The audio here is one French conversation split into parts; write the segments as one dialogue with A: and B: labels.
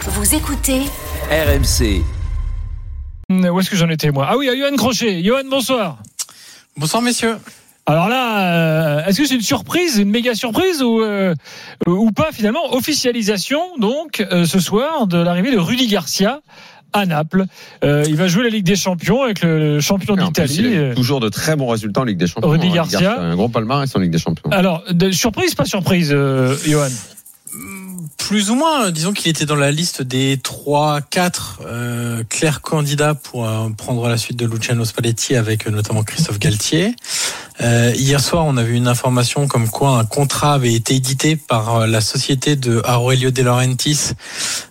A: Vous écoutez
B: RMC.
C: Où est-ce que j'en étais moi Ah oui, à Johan Crochet. Johan, bonsoir.
D: Bonsoir messieurs.
C: Alors là, euh, est-ce que c'est une surprise, une méga surprise ou euh, ou pas finalement Officialisation donc euh, ce soir de l'arrivée de Rudy Garcia à Naples. Euh, il va jouer la Ligue des Champions avec le champion
E: En plus, il
C: d'Italie.
E: a
C: Euh,
E: Toujours de très bons résultats en Ligue des Champions.
C: Rudy
E: hein,
C: Garcia. Ah,
E: Un gros palmarès en Ligue des Champions.
C: Alors, de, surprise, pas surprise, euh, Johan.
D: Plus ou moins, euh, disons qu'il était dans la liste des 3-4 euh, clairs candidats pour euh, prendre la suite de Luciano Spalletti avec euh, notamment Christophe Galtier. Euh, hier soir, on avait une information comme quoi un contrat avait été édité par euh, la société de Aurelio De Laurentiis,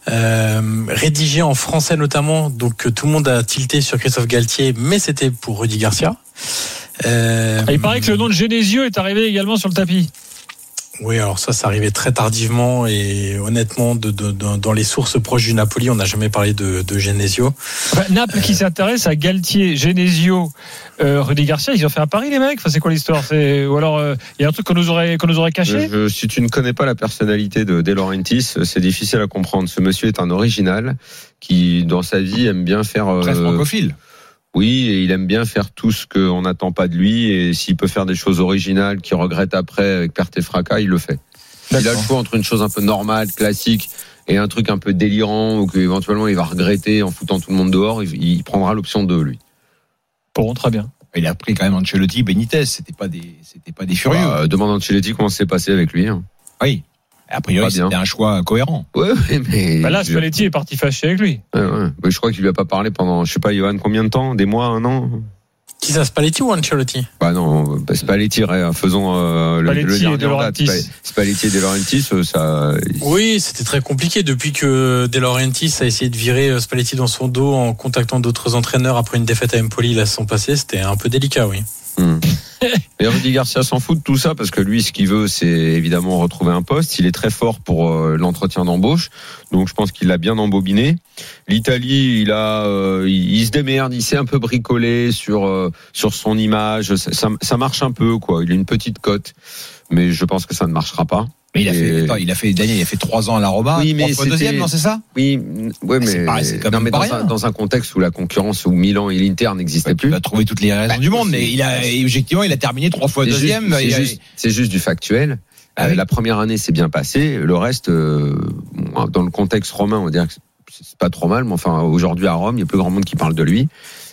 D: euh, rédigé en français notamment, donc euh, tout le monde a tilté sur Christophe Galtier, mais c'était pour Rudy Garcia. Euh,
C: Ah, Il paraît que le nom de Genesio est arrivé également sur le tapis.
D: Oui, alors ça, ça arrivait très tardivement et honnêtement, de, de- de- dans les sources proches du Napoli, on n'a jamais parlé de, de Genesio.
C: Enfin, Naples qui s'intéresse à Galtier, Genesio, euh, Rudy Garcia, ils ont fait un pari les mecs. Enfin, c'est quoi l'histoire C'est ou alors euh, il y a un truc qu'on nous aurait qu'on nous aurait caché.
E: Je- je- si tu ne connais pas la personnalité de De Laurentiis, euh, c'est difficile à comprendre. Ce monsieur est un original qui, dans sa vie, aime bien faire. euh,
F: Très francophile.
E: oui, et il aime bien faire tout ce qu'on n'attend pas de lui. Et s'il peut faire des choses originales qu'il regrette après avec perte et fracas, il le fait. Il a le choix entre une chose un peu normale, classique, et un truc un peu délirant, ou qu'éventuellement il va regretter en foutant tout le monde dehors. Il, il prendra l'option 2, lui.
C: Bon, très bien.
F: Il a pris quand même Ancelotti, Benitez. C'était pas des, c'était pas des furieux.
E: Bah, euh, demande à Ancelotti comment c'est passé avec lui. hein.
F: oui. A
E: pas
F: priori,
E: bien.
F: c'était un choix cohérent.
E: Ouais, ouais, mais.
C: Bah là,
E: je, ouais,
C: Spalletti est parti fâché avec lui.
E: ouais. Mais je crois qu'il lui a pas parlé pendant, je sais pas, Johan, combien de temps Des mois, un an
D: Qui ça, Spalletti ou Ancelotti
E: Bah non, bah, Spalletti, ouais, faisons euh, le,
C: Spalletti
E: le
C: et
E: dernier
C: De
E: en date.
C: Laurentiis.
E: Spa- Spalletti et De Laurentiis, euh, ça.
D: Oui, c'était très compliqué depuis que De Laurentiis a essayé de virer euh, Spalletti dans son dos en contactant d'autres entraîneurs après une défaite à Empoli la saison passée. C'était un peu délicat, oui.
E: hum. Et Rudy Garcia s'en fout de tout ça parce que lui, ce qu'il veut, c'est évidemment retrouver un poste. Il est très fort pour euh, l'entretien d'embauche, donc je pense qu'il l'a bien embobiné. L'Italie, il a, euh, il, il se démerde, il s'est un peu bricolé sur euh, sur son image. Ça, ça- ça marche un peu, quoi. Il a une petite cote, mais je pense que ça ne marchera pas.
F: Mais il a
E: Et-
F: fait, attends, il a fait, Daniel, il a fait trois ans à la Roma.
E: Oui, mais
F: trois fois
E: c'était-
F: deuxième, non, c'est ça?
E: Oui, ouais, mais,
F: Mais Ah, c'est pas- c'est quand
E: non,
F: même
E: mais
F: pas
E: dans,
F: rien.
E: un, dans un contexte où la concurrence, où Milan et l'Inter n'existaient
F: Tu
E: plus. Bah,
F: vas trouver toutes les raisons du monde, mais il a, et objectivement, il a terminé trois fois
E: C'est juste-
F: deuxième. bah,
E: c'est
F: Il a-
E: juste, c'est juste du factuel.
F: Ah
E: Euh,
F: oui.
E: La première année s'est bien passée. Le reste, euh, bon, dans le contexte romain, on va dire que c'est c'est pas trop mal. Mais enfin, aujourd'hui à Rome, il y a plus grand monde qui parle de lui.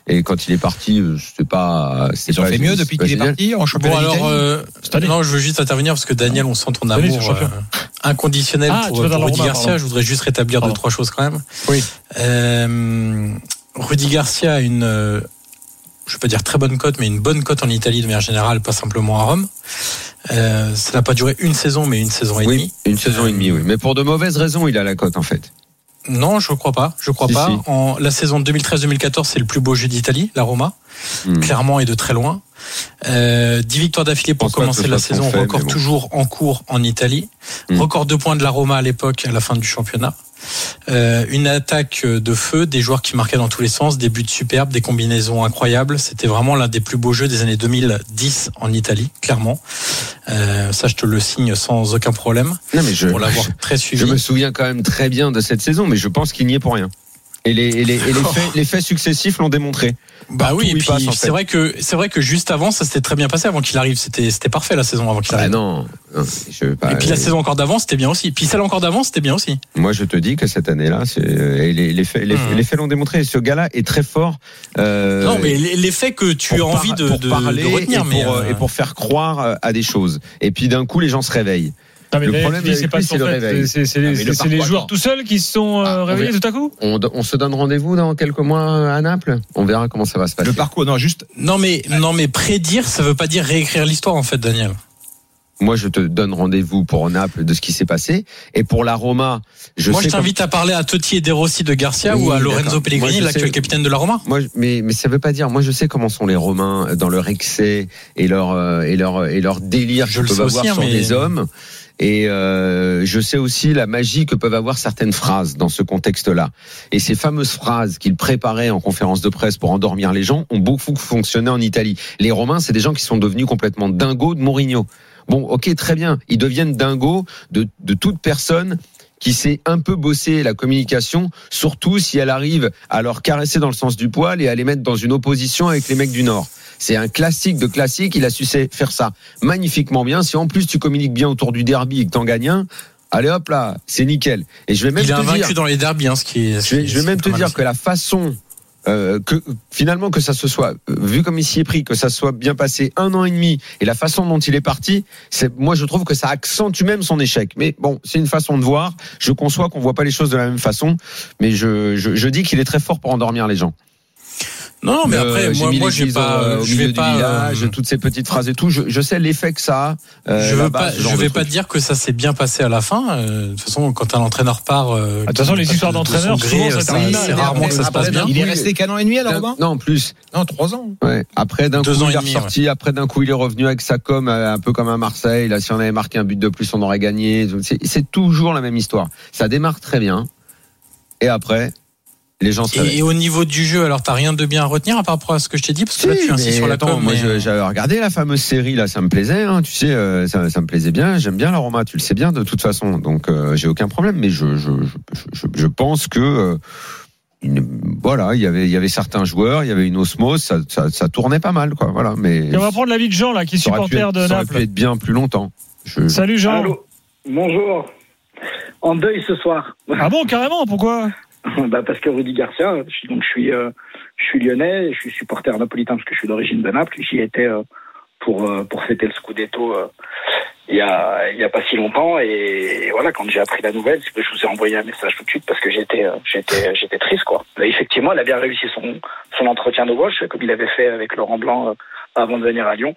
E: Et quand il est parti, euh, c'était pas. c'était
F: Ils ont
E: pas
F: fait
E: gé-
F: mieux depuis
E: pas
F: qu'il est
E: Bah, génial.
F: parti en championnat.
D: Bon, alors,
F: d'Italie.
D: euh,
C: année.
D: non, je veux juste intervenir parce que Daniel, on sent ton
C: Cette année, c'est
D: amour
C: champion.
D: euh, inconditionnel
C: Ah, tu
D: pour,
C: vas dans
D: pour
C: la
D: Rudy
C: Roma,
D: Garcia.
C: pardon.
D: Je voudrais juste rétablir
C: Pardon.
D: deux, trois choses quand même.
C: Oui.
D: Euh, Rudy Garcia a une, euh, je vais pas dire très bonne cote, mais une bonne cote en Italie de manière générale, pas simplement à Rome. Euh, ça n'a pas duré une saison, mais une saison et demie.
E: Oui, une saison et demie, oui. Mais pour de mauvaises raisons, il a la cote, en fait.
D: Non, je crois pas. Je crois
E: Si,
D: pas.
E: si.
D: En, la saison 2013-2014, c'est le plus beau jeu d'Italie, la Roma.
E: Hmm.
D: clairement et de très loin. Euh, 10 victoires d'affilée pour
E: Je pense pas
D: commencer
E: que ce
D: la
E: soit ce
D: saison,
E: qu'on fait,
D: record
E: mais bon.
D: toujours en cours en Italie,
E: Mm.
D: record de points de la Roma à l'époque, à la fin du championnat. Euh, une attaque de feu, des joueurs qui marquaient dans tous les sens, des buts superbes, des combinaisons incroyables. C'était vraiment l'un des plus beaux jeux des années 2010 en Italie, clairement. Euh, ça, je te le signe sans aucun problème
E: Non, mais je,
D: pour l'avoir très
E: je
D: suivi.
E: me souviens quand même très bien de cette saison, mais je pense qu'il n'y est pour rien. Et les, et les, et les faits, les faits successifs l'ont démontré.
D: Bah
E: Partout
D: oui, et
E: où il
D: puis
E: passe, en
D: c'est
E: fait.
D: vrai que c'est vrai que juste avant, ça s'était très bien passé avant qu'il arrive. C'était c'était parfait la saison avant qu'il
E: Ah
D: arrive.
E: non, non, je veux pas-
D: Et puis la saison encore d'avant, c'était bien aussi. Puis celle encore d'avant, c'était bien aussi.
E: Moi, je te dis que cette année-là, c'est- euh, et les, les faits, les,
D: Hmm.
E: les faits l'ont démontré. Ce gars-là est très fort. euh,
D: non, mais les- l'effet que tu as
E: pour par-
D: envie de,
E: pour
D: de-
E: parler
D: de retenir,
E: et
D: mais
E: pour,
D: euh,
E: et pour faire croire à des choses. Et puis d'un coup, les gens se réveillent.
C: Non, mais
E: Le
C: d'ailleurs,
E: problème
C: tu dis,
E: avec
C: c'est pas
E: lui,
C: son
E: c'est le
C: fait.
E: réveil.
C: C'est- C'est
E: Ah, mais
C: les-
E: il le
C: c'est- c'est
E: part
C: les
E: pas,
C: joueurs
E: attends.
C: tout seuls qui se sont euh,
E: Ah, on
C: réveillés tout à coup
E: On, on se donne rendez-vous dans quelques mois euh, à Naples. On verra comment ça va se passer.
F: le parcours, non, juste,
D: non mais non mais prédire, ça veut pas dire réécrire l'histoire en fait, Daniel.
E: Moi, je te donne rendez-vous pour Naples de ce qui s'est passé. Et pour la Roma, je
D: Moi,
E: sais
D: je t'invite à parler à Totti et De Rossi de Garcia
E: Oui,
D: ou à Lorenzo
E: d'accord. Moi,
D: Pellegrini,
E: je
D: l'actuel
E: sais.
D: capitaine de la Roma.
E: Moi, je- mais, mais ça veut pas dire. Moi, je sais comment sont les Romains dans leur excès et leur euh, et leur et leur délire
D: Je
E: qu'ils
D: le
E: peuvent
D: sais aussi,
E: avoir
D: hein, mais-
E: sur des hommes. Et euh, je sais aussi la magie que peuvent avoir certaines phrases dans ce contexte-là. Et ces fameuses phrases qu'ils préparaient en conférence de presse pour endormir les gens ont beaucoup fonctionné en Italie. Les Romains, c'est des gens qui sont devenus complètement dingos de Mourinho. Bon, ok, très bien. Ils deviennent dingos de, de toute personne qui sait un peu bosser la communication, surtout si elle arrive à leur caresser dans le sens du poil et à les mettre dans une opposition avec les mecs du Nord. C'est un classique de classique, il a su faire ça magnifiquement bien. Si en plus tu communiques bien autour du derby et que t'en gagnes un, allez hop là, c'est nickel. Et je vais même
D: Il est
E: te
D: invaincu
E: dire,
D: dans les derbies, hein, ce qui est. ce
E: je vais,
D: qui-
E: je vais
D: ce
E: même
D: qui
E: te
D: est pas mal
E: dire que la façon euh, que finalement que ça se soit euh, vu comme il s'y est pris, que ça soit bien passé un an et demi et la façon dont il est parti, c'est moi je trouve que ça accentue même son échec. Mais bon, c'est une façon de voir. Je conçois qu'on voit pas les choses de la même façon, mais je, je, je dis qu'il est très fort pour endormir les gens.
D: Non, mais
E: Euh,
D: après,
E: j'ai
D: moi,
E: mis
D: moi,
E: les
D: j'ai
E: guises
D: pas,
E: euh,
D: euh,
E: au, au
D: je
E: milieu
D: vais
E: du
D: pas,
E: village,
D: euh,
E: toutes ces petites phrases et tout. Je, je sais l'effet que ça a. euh,
D: je veux
E: là-bas,
D: pas,
E: ce
D: je
E: genre de
D: vais pas
E: truc.
D: te dire que ça s'est bien passé à la fin. euh, De toute façon, quand un entraîneur part,
E: Ah,
D: euh,
C: toute façon, les
D: de-
C: histoires
D: de son
C: d'entraîneurs,
D: gré,
C: souvent, ça
D: euh,
C: termine
D: c'est
C: mal.
D: rarement que ça se passe bien.
F: Il est resté qu'un an et demi, à
E: D'un-
F: Robin
E: Non, en plus.
F: Non, trois ans.
E: Ouais. Après, d'un coup,
D: Deux ans
E: il
D: et
E: est
D: demi, ouais.
E: ressorti. Après, d'un coup, il est revenu avec sa com, euh, un peu comme à Marseille. Là, si on avait marqué un but de plus, on aurait gagné. C'est- C'est toujours la même histoire. Ça démarre très bien. Et après, les gens se
D: Et,
E: réveillent.
D: et au niveau du jeu, alors t'as rien de bien à retenir à part rapport à ce que je t'ai dit, parce que là
E: Si,
D: tu insistes
E: mais
D: sur la
E: attends,
D: com.
E: moi
D: mais,
E: je-
D: euh,
E: j'avais regardé la fameuse série là, ça me plaisait, hein, tu sais, euh, ça, ça me plaisait bien, j'aime bien la Roma, tu le sais bien de toute façon, donc euh, j'ai aucun problème, mais je je, je, je, je pense que euh, une- voilà, il y avait il y avait certains joueurs, il y avait une osmose, ça, ça, ça tournait pas mal quoi, voilà, mais
C: Et on va prendre l'avis de Jean, là, qui est
E: ça aurait pu
C: supporter
E: être,
C: de
E: ça aurait pu
C: Naples.
E: être bien plus longtemps. Je-
C: Salut Jean.
A: Allô Bonjour. En deuil ce soir.
C: Ah bon, carrément, pourquoi
A: bah parce que Rudy Garcia, je suis, donc je suis, euh, je suis lyonnais, je suis supporter napolitain parce que je suis d'origine de Naples. J'y étais euh, pour, euh, pour fêter le Scudetto euh, il y a, il y a pas si longtemps. Et, voilà, quand j'ai appris la nouvelle, c'est que je vous ai envoyé un message tout de suite parce que j'étais euh, j'étais j'étais triste. quoi. Mais effectivement, il a bien réussi son, son entretien de gauche, comme il avait fait avec Laurent Blanc euh, avant de venir à Lyon.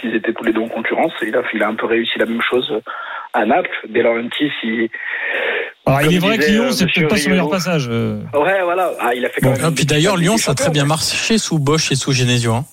A: S'ils étaient tous les deux en concurrence, il a, il a un peu réussi la même chose euh, à Naples. De Laurentiis, il...
C: Alors, il
A: Comme
C: est vrai que
A: disait,
C: Lyon,
A: euh,
C: c'est peut-être
A: monsieur
C: pas son
A: Riolo.
C: meilleur passage. euh.
A: Ouais, voilà. Ah, il a fait quand
D: Bon,
A: même.
D: et puis d'ailleurs, Lyon, ça a très bien marché sous Bosch et sous Genesio. hein.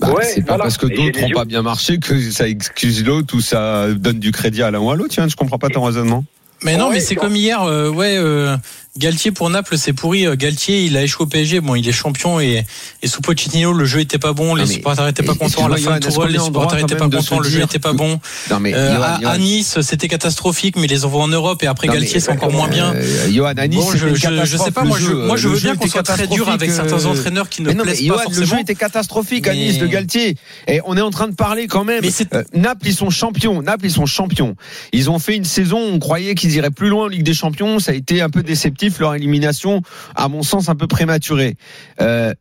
E: Bah,
A: Ouais,
E: c'est pas
A: voilà.
E: parce que
A: Et
E: d'autres
A: les
E: ont pas
A: yeux.
E: bien marché que ça excuse l'autre ou ça donne du crédit à l'un ou à l'autre. Tiens, je comprends pas ton raisonnement.
D: Mais non,
A: Ah Ouais,
D: mais c'est
A: non.
D: comme hier, euh, ouais, euh, Galtier pour Naples, c'est pourri. Euh, Galtier, il a échoué au PSG, bon, il est champion et, et sous Pochettino, le jeu était pas bon, les
E: Ah, mais-
D: supporters étaient
E: et-
D: pas contents, à la fin
E: excuse-moi,
D: de
E: Johan, est-ce
D: tour,
E: qu'on est
D: les
E: en droit
D: supporters
E: quand
D: étaient
E: même
D: pas
E: de se
D: contents, le jeu
E: dire
D: était pas
E: que-
D: bon.
E: Non mais
D: Euh,
E: Johan,
D: à, à
E: Johan,
D: Nice, c'était catastrophique, mais les envoie en Europe et après
E: Non, mais-
D: Galtier, c'est encore moins bien.
E: Euh, Johan, à Nice,
D: bon,
E: c'était
D: je,
E: une
D: je, je sais
E: catastrophe,
D: pas,
E: le
D: moi, je,
E: jeu.
D: moi, je
E: Le
D: veux
E: jeu
D: bien qu'on
E: était
D: soit très dur avec
E: catastrophique,
D: certains
E: euh,
D: entraîneurs qui ne
E: Mais non, mais
D: plaisent
E: Johan,
D: pas
E: le jeu
D: forcément.
E: était catastrophique à
D: Mais-
E: Nice de Galtier. Et on est en train de parler quand même.
D: Mais c'est-
E: Euh, Naples, ils sont champions. Naples, ils sont champions. Ils ont fait une saison, on croyait qu'ils iraient plus loin en Ligue des Champions. Ça a été un peu déceptif, leur élimination, à mon sens, un peu prématurée. Euh,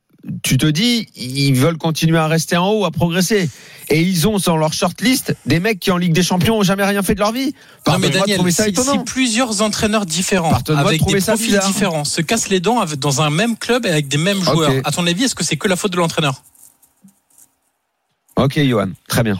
E: tu te dis, ils veulent continuer à rester en haut, à progresser. Et ils ont sur leur shortlist des mecs qui en Ligue des Champions ont jamais rien fait de leur vie.
D: Non mais
E: Pardonne-moi de
D: Daniel,
E: trouver ça
D: si, si
E: étonnant.
D: plusieurs entraîneurs différents,
E: Pardonne-moi de
D: avec
E: trouver
D: des
E: ça
D: profils
E: bizarre.
D: différents, se cassent les dents avec- dans un même club et avec des mêmes
E: Ok.
D: joueurs, à ton avis, est-ce que c'est que la faute de l'entraîneur
E: Ok, Johan, très bien.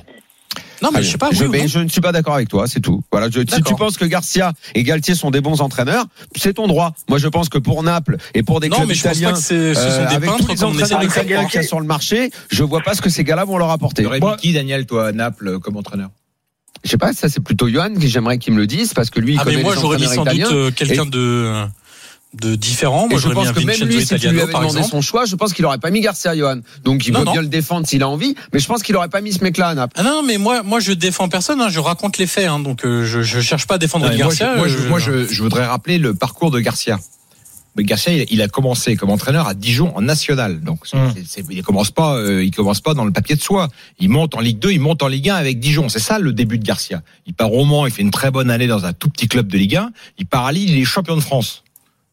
D: Non mais
E: Très
D: je sais
E: bien.
D: pas, oui
E: je,
D: ou
E: mais
D: non
E: je ne suis pas d'accord avec toi, c'est tout. Voilà, je- si tu
D: D'accord.
E: penses que Garcia et Galtier sont des bons entraîneurs, c'est ton droit. Moi, je pense que pour Naples et pour des
D: Non
E: clubs
D: mais je pense pas
E: italiens,
D: que c'est- ce
E: euh,
D: sont des
E: avec tous
D: peintres
E: les
D: comme on essaie
E: entraîneurs
D: de Ah, faire.
E: italiens qu'il y a sur le marché, je vois pas ce que ces gars-là vont leur apporter.
F: T'aurais
C: Moi-
F: mis qui, Daniel, toi, à Naples, comme entraîneur
E: Je sais pas, ça c'est plutôt Johan que j'aimerais qu'il me le dise parce que lui, il
D: Ah
E: connaît
D: mais moi
E: les
D: j'aurais mis
E: entraîneurs
D: sans
E: italiens.
D: doute euh, quelqu'un de de différent.
E: Et
D: Moi
E: je
D: j'aurais mis
E: pense
D: un
E: que même
D: Vincenzo
E: lui, si tu lui
D: Italiano
E: avais
D: par
E: demandé
D: exemple.
E: son choix, je pense qu'il aurait pas mis Garcia, Johan. Donc il
D: Non,
E: peut
D: non.
E: bien le défendre s'il a envie, mais je pense qu'il aurait pas mis ce mec-là à Naples.
D: Ah non mais moi moi je défends personne, hein, je raconte les faits, hein, donc euh, je je cherche pas à défendre
F: Ouais,
D: Garcia.
F: moi, je,
D: euh,
F: moi, je- moi, je- je voudrais rappeler le parcours de Garcia. Mais Garcia, il, il a commencé comme entraîneur à Dijon en national. Donc, c'est-
D: Hum.
C: Mm.
F: c'est- c'est- il commence pas, euh, il commence pas dans le papier de soie. Il monte en Ligue 2, il monte en Ligue 1 avec Dijon. C'est ça le début de Garcia. Il part au Mans, il fait une très bonne année dans un tout petit club de Ligue 1. Il part à Lille, il est champion de France.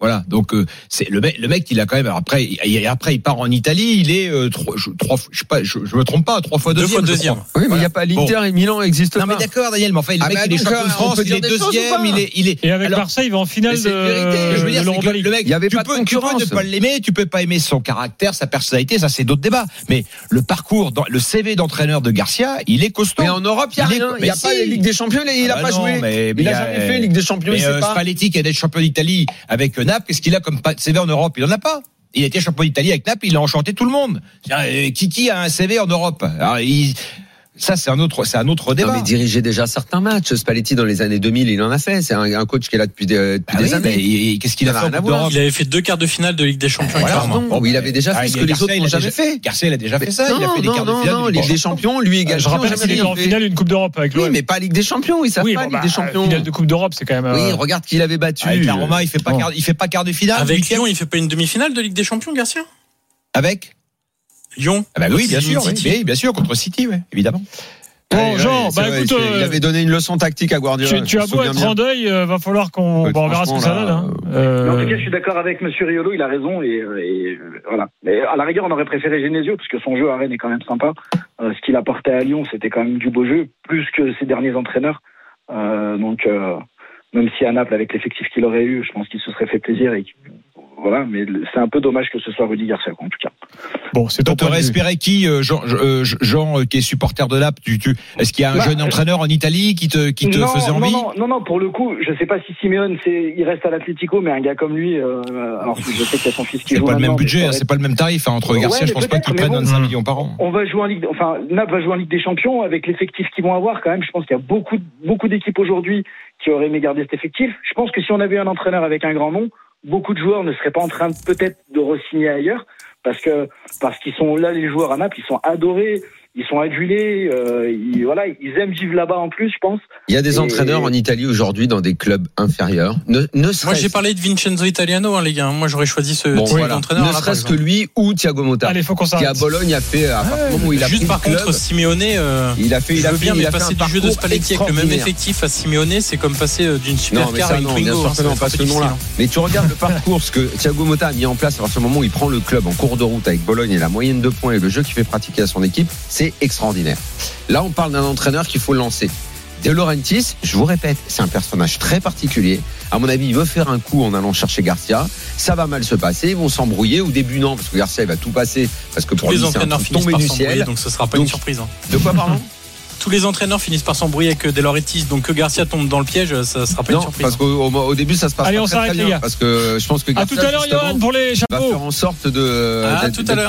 F: Voilà, donc euh, c'est le mec, le mec, il a quand même. alors après, il- et après, il part en Italie, il est euh, trois, je, trois fois- je sais pas, je, je me trompe pas, trois fois
D: deux
F: deuxième.
D: fois
F: je
D: deuxième.
F: crois.
E: Oui, mais il
F: Voilà.
E: n'y a pas l'Inter et Milan existent
F: Non mais
E: pas.
F: d'accord Daniel, mais enfin le
E: Ah,
F: mec
E: mais
F: il est
E: donc,
F: champion de
E: on
F: France,
E: peut
F: il
E: dire
F: est
E: des choses ou
F: deuxième,
E: pas
F: il est, il est.
C: Et avec
F: Alors,
C: Marseille, il va en
F: mais
C: finale
F: c'est
C: de,
F: une vérité. Je veux dire,
C: de
F: c'est que
C: l'Europa
F: le
C: League.
F: mec,
E: Il y avait
F: tu,
E: pas de
F: peux, tu peux
E: concurrence.
F: ne pas l'aimer, tu peux pas aimer son caractère, sa personnalité, ça c'est d'autres débats. Mais le parcours, dans- le CV d'entraîneur de Garcia, il est costaud.
E: Mais en Europe, il n'y a
F: Il est-
E: rien. Il n'y a
F: mais
E: pas
F: si.
E: la Ligue des Champions, il n'a
F: Ah bah
E: pas
F: non,
E: joué.
F: mais-
E: il
F: mais,
E: n'a jamais
F: euh,
E: fait Ligue des Champions, il
F: Mais
E: sait
F: euh,
E: pas.
F: Spalletti qui a été champion d'Italie avec euh, Naples, qu'est-ce qu'il a comme pa- CV en Europe Il en a pas. Il a été champion d'Italie avec Naples, il a enchanté tout le monde. C'est-à-dire, euh, Qui qui a un CV en Europe Alors, il- Ça, c'est un autre, c'est un autre
E: Non,
F: débat.
E: mais diriger déjà certains matchs. Spalletti, dans les années 2000, il en a fait. C'est un, un coach qui est là depuis des, depuis
F: Bah
E: des
F: oui, mais
E: années.
F: et- et qu'est-ce qu'il a
E: Ça n'a
F: fait en
E: rien à
F: Coupe
E: voir.
F: d'Europe
D: Il avait fait deux quarts de finale de Ligue des Champions.
F: Voilà,
D: clairement.
E: Pardon, il avait déjà
F: Ah,
E: fait
F: il
E: ce
F: y a
E: que les
F: Garcia,
E: autres
F: il
E: n'ont
F: a
E: jamais
F: déjà-
E: fait.
F: Garcia, il a déjà fait ça.
E: non,
F: il a fait des
E: non,
F: quarts de
E: non,
F: finale.
E: non,
F: du
E: Ligue
F: Ligue
E: des Champions, lui également.
C: Je rappelle qu'il est en finale d'une Coupe d'Europe avec
E: Oui,
C: l'OM.
E: mais pas Ligue des Champions, ils savent
C: Oui,
E: pas
C: bon,
E: Ligue
C: bah,
E: des Champions.
C: finale de Coupe d'Europe, c'est quand même. euh,
E: Oui, regarde qui l'avait battu.
F: Ah, Avec la Roma, il fait pas
E: Bon.
F: quart, il fait pas quart de finale.
D: Avec
F: huitième
D: Lyon, il fait pas une demi-finale de Ligue des Champions, Garcia
F: Avec
D: Lyon.
F: ah bah oui, bien
D: City,
F: sûr, oui,
D: City.
F: oui, bien sûr, contre City, ouais, évidemment.
C: Bon,
G: Ouais,
C: Jean,
G: ouais,
C: bah
G: c'est vrai,
C: écoute,
G: c'est- il
C: euh,
G: avait donné une leçon tactique à Guardiola.
C: tu, tu
G: je
C: as
G: me
C: beau
G: souviens
C: être
G: bien.
C: en deuil, euh, va falloir qu'on
G: Ouais,
C: bah, on verra ce que ça
G: franchement,
C: donne. hein.
A: Mais
C: Euh,
A: En tout cas, je suis d'accord avec Monsieur Riolo, il a raison et, euh, et, euh, voilà. Mais à la rigueur, on aurait préféré Genesio parce que son jeu à Rennes est quand même sympa. Euh, ce qu'il apportait à Lyon, c'était quand même du beau jeu, plus que ses derniers entraîneurs. Euh, donc, euh, même si à Naples, avec l'effectif qu'il aurait eu, je pense qu'il se serait fait plaisir et qu'il- voilà. Mais le- c'est un peu dommage que ce soit Rudy Garcia, quoi, en tout cas.
C: bon, c'est ton point
F: Toi,
C: de
F: t'aurais
C: vue.
F: espéré qui, euh, Jean, euh, Jean, euh, qui est supporter de l'AP tu, tu- Est-ce qu'il y a un
A: Bah,
F: jeune
A: euh,
F: entraîneur en Italie qui te, qui te
A: non,
F: faisait
A: non,
F: envie
A: non, non, non, pour le coup, je sais pas si Simeone, c'est, il reste à l'Atlético, mais un gars comme lui, euh, alors je sais qu'il y a son fils qui
F: C'est
A: joue.
F: pas le même
A: maintenant, mais
F: budget,
A: ça
F: hein,
A: aurait
F: c'est pas le même tarif. hein, entre
A: Ouais,
F: Garcia, je
A: mais
F: pense pas
A: peut-être,
F: qu'ils
A: mais
F: prennent
A: bon.
F: 25 millions par an.
A: On va jouer en Ligue, enfin, Naples va jouer en Ligue des Champions avec l'effectif qu'ils vont avoir quand même. Je pense qu'il y a beaucoup, beaucoup d'équipes aujourd'hui qui auraient aimé garder cet effectif. Je pense que si on avait un entraîneur avec un grand nom, beaucoup de joueurs ne seraient pas en train de- peut-être de re-signer ailleurs parce que, parce qu'ils sont là, les joueurs à Naples, ils sont adorés, ils sont adulés, euh, ils, voilà, ils aiment vivre là-bas en plus, je pense.
E: Il y a des
A: Et-
E: entraîneurs en Italie aujourd'hui dans des clubs inférieurs. Ne, ne
D: Moi,
E: serait-ce
D: j'ai parlé de Vincenzo Italiano, hein, les gars. Moi, j'aurais choisi ce
E: Bon,
D: type
E: voilà.
D: d'entraîneur. hein, là,
E: Ne
D: par
E: serait-ce que
D: exemple.
E: lui ou Thiago Motta,
C: Allez, faut qu'on
E: qui à
C: s'arrête.
E: Bologne a fait, à partir du moment où il a pris
D: Juste par
E: le club,
D: contre, Simeone. euh,
E: il a fait, il
D: Je
E: a
D: veux
E: fait,
D: bien,
E: il
D: mais
E: a fait
D: passer
E: un
D: du jeu de
E: parcours
D: Spalletti avec le même
E: extraordinaire.
D: effectif à Simeone, c'est comme passer euh, d'une
E: Non, mais
D: supercar à
E: ça,
D: une
E: non, bien
D: Twingo.
E: sûr
D: hein,
E: que
D: ça
E: non,
D: va être
E: pas
D: un
E: ce
D: peu difficile,
E: nom-là.
D: hein.
E: Mais tu regardes le parcours, ce que Thiago Motta a mis en place à partir du moment où il prend le club en cours de route avec Bologne et la moyenne de points et le jeu qu'il fait pratiquer à son équipe, c'est extraordinaire. Là, on parle d'un entraîneur qu'il faut lancer. De Laurentiis, je vous répète, c'est un personnage très particulier. À mon avis, il veut faire un coup en allant chercher Garcia. Ça va mal se passer. Ils vont s'embrouiller au début, non, parce que Garcia, il va tout passer. Parce que pour
D: Tous les
E: lui, c'est un
D: entraîneurs
E: truc
D: finissent
E: tombé
D: par
E: du
D: s'embrouiller,
E: ciel.
D: donc ce sera pas une
E: Donc-
D: surprise. hein.
E: De quoi parlons
D: Tous les entraîneurs finissent par s'embrouiller avec Deloretis, donc que Garcia tombe dans le piège, ça sera pas une
E: Non,
D: surprise.
E: parce qu'au au- au début, ça se passe
C: Allez,
E: pas
C: on
E: très,
C: s'arrête,
E: très
C: les
E: bien.
C: gars.
E: Parce que je pense que
C: À
E: Garcia,
C: tout à l'heure,
E: justement,
C: Johan, pour les
E: va
C: chapeaux.
G: Oh.
E: faire en sorte de
D: Ah,
E: d'être-
D: tout à
E: d'être
D: l'heure.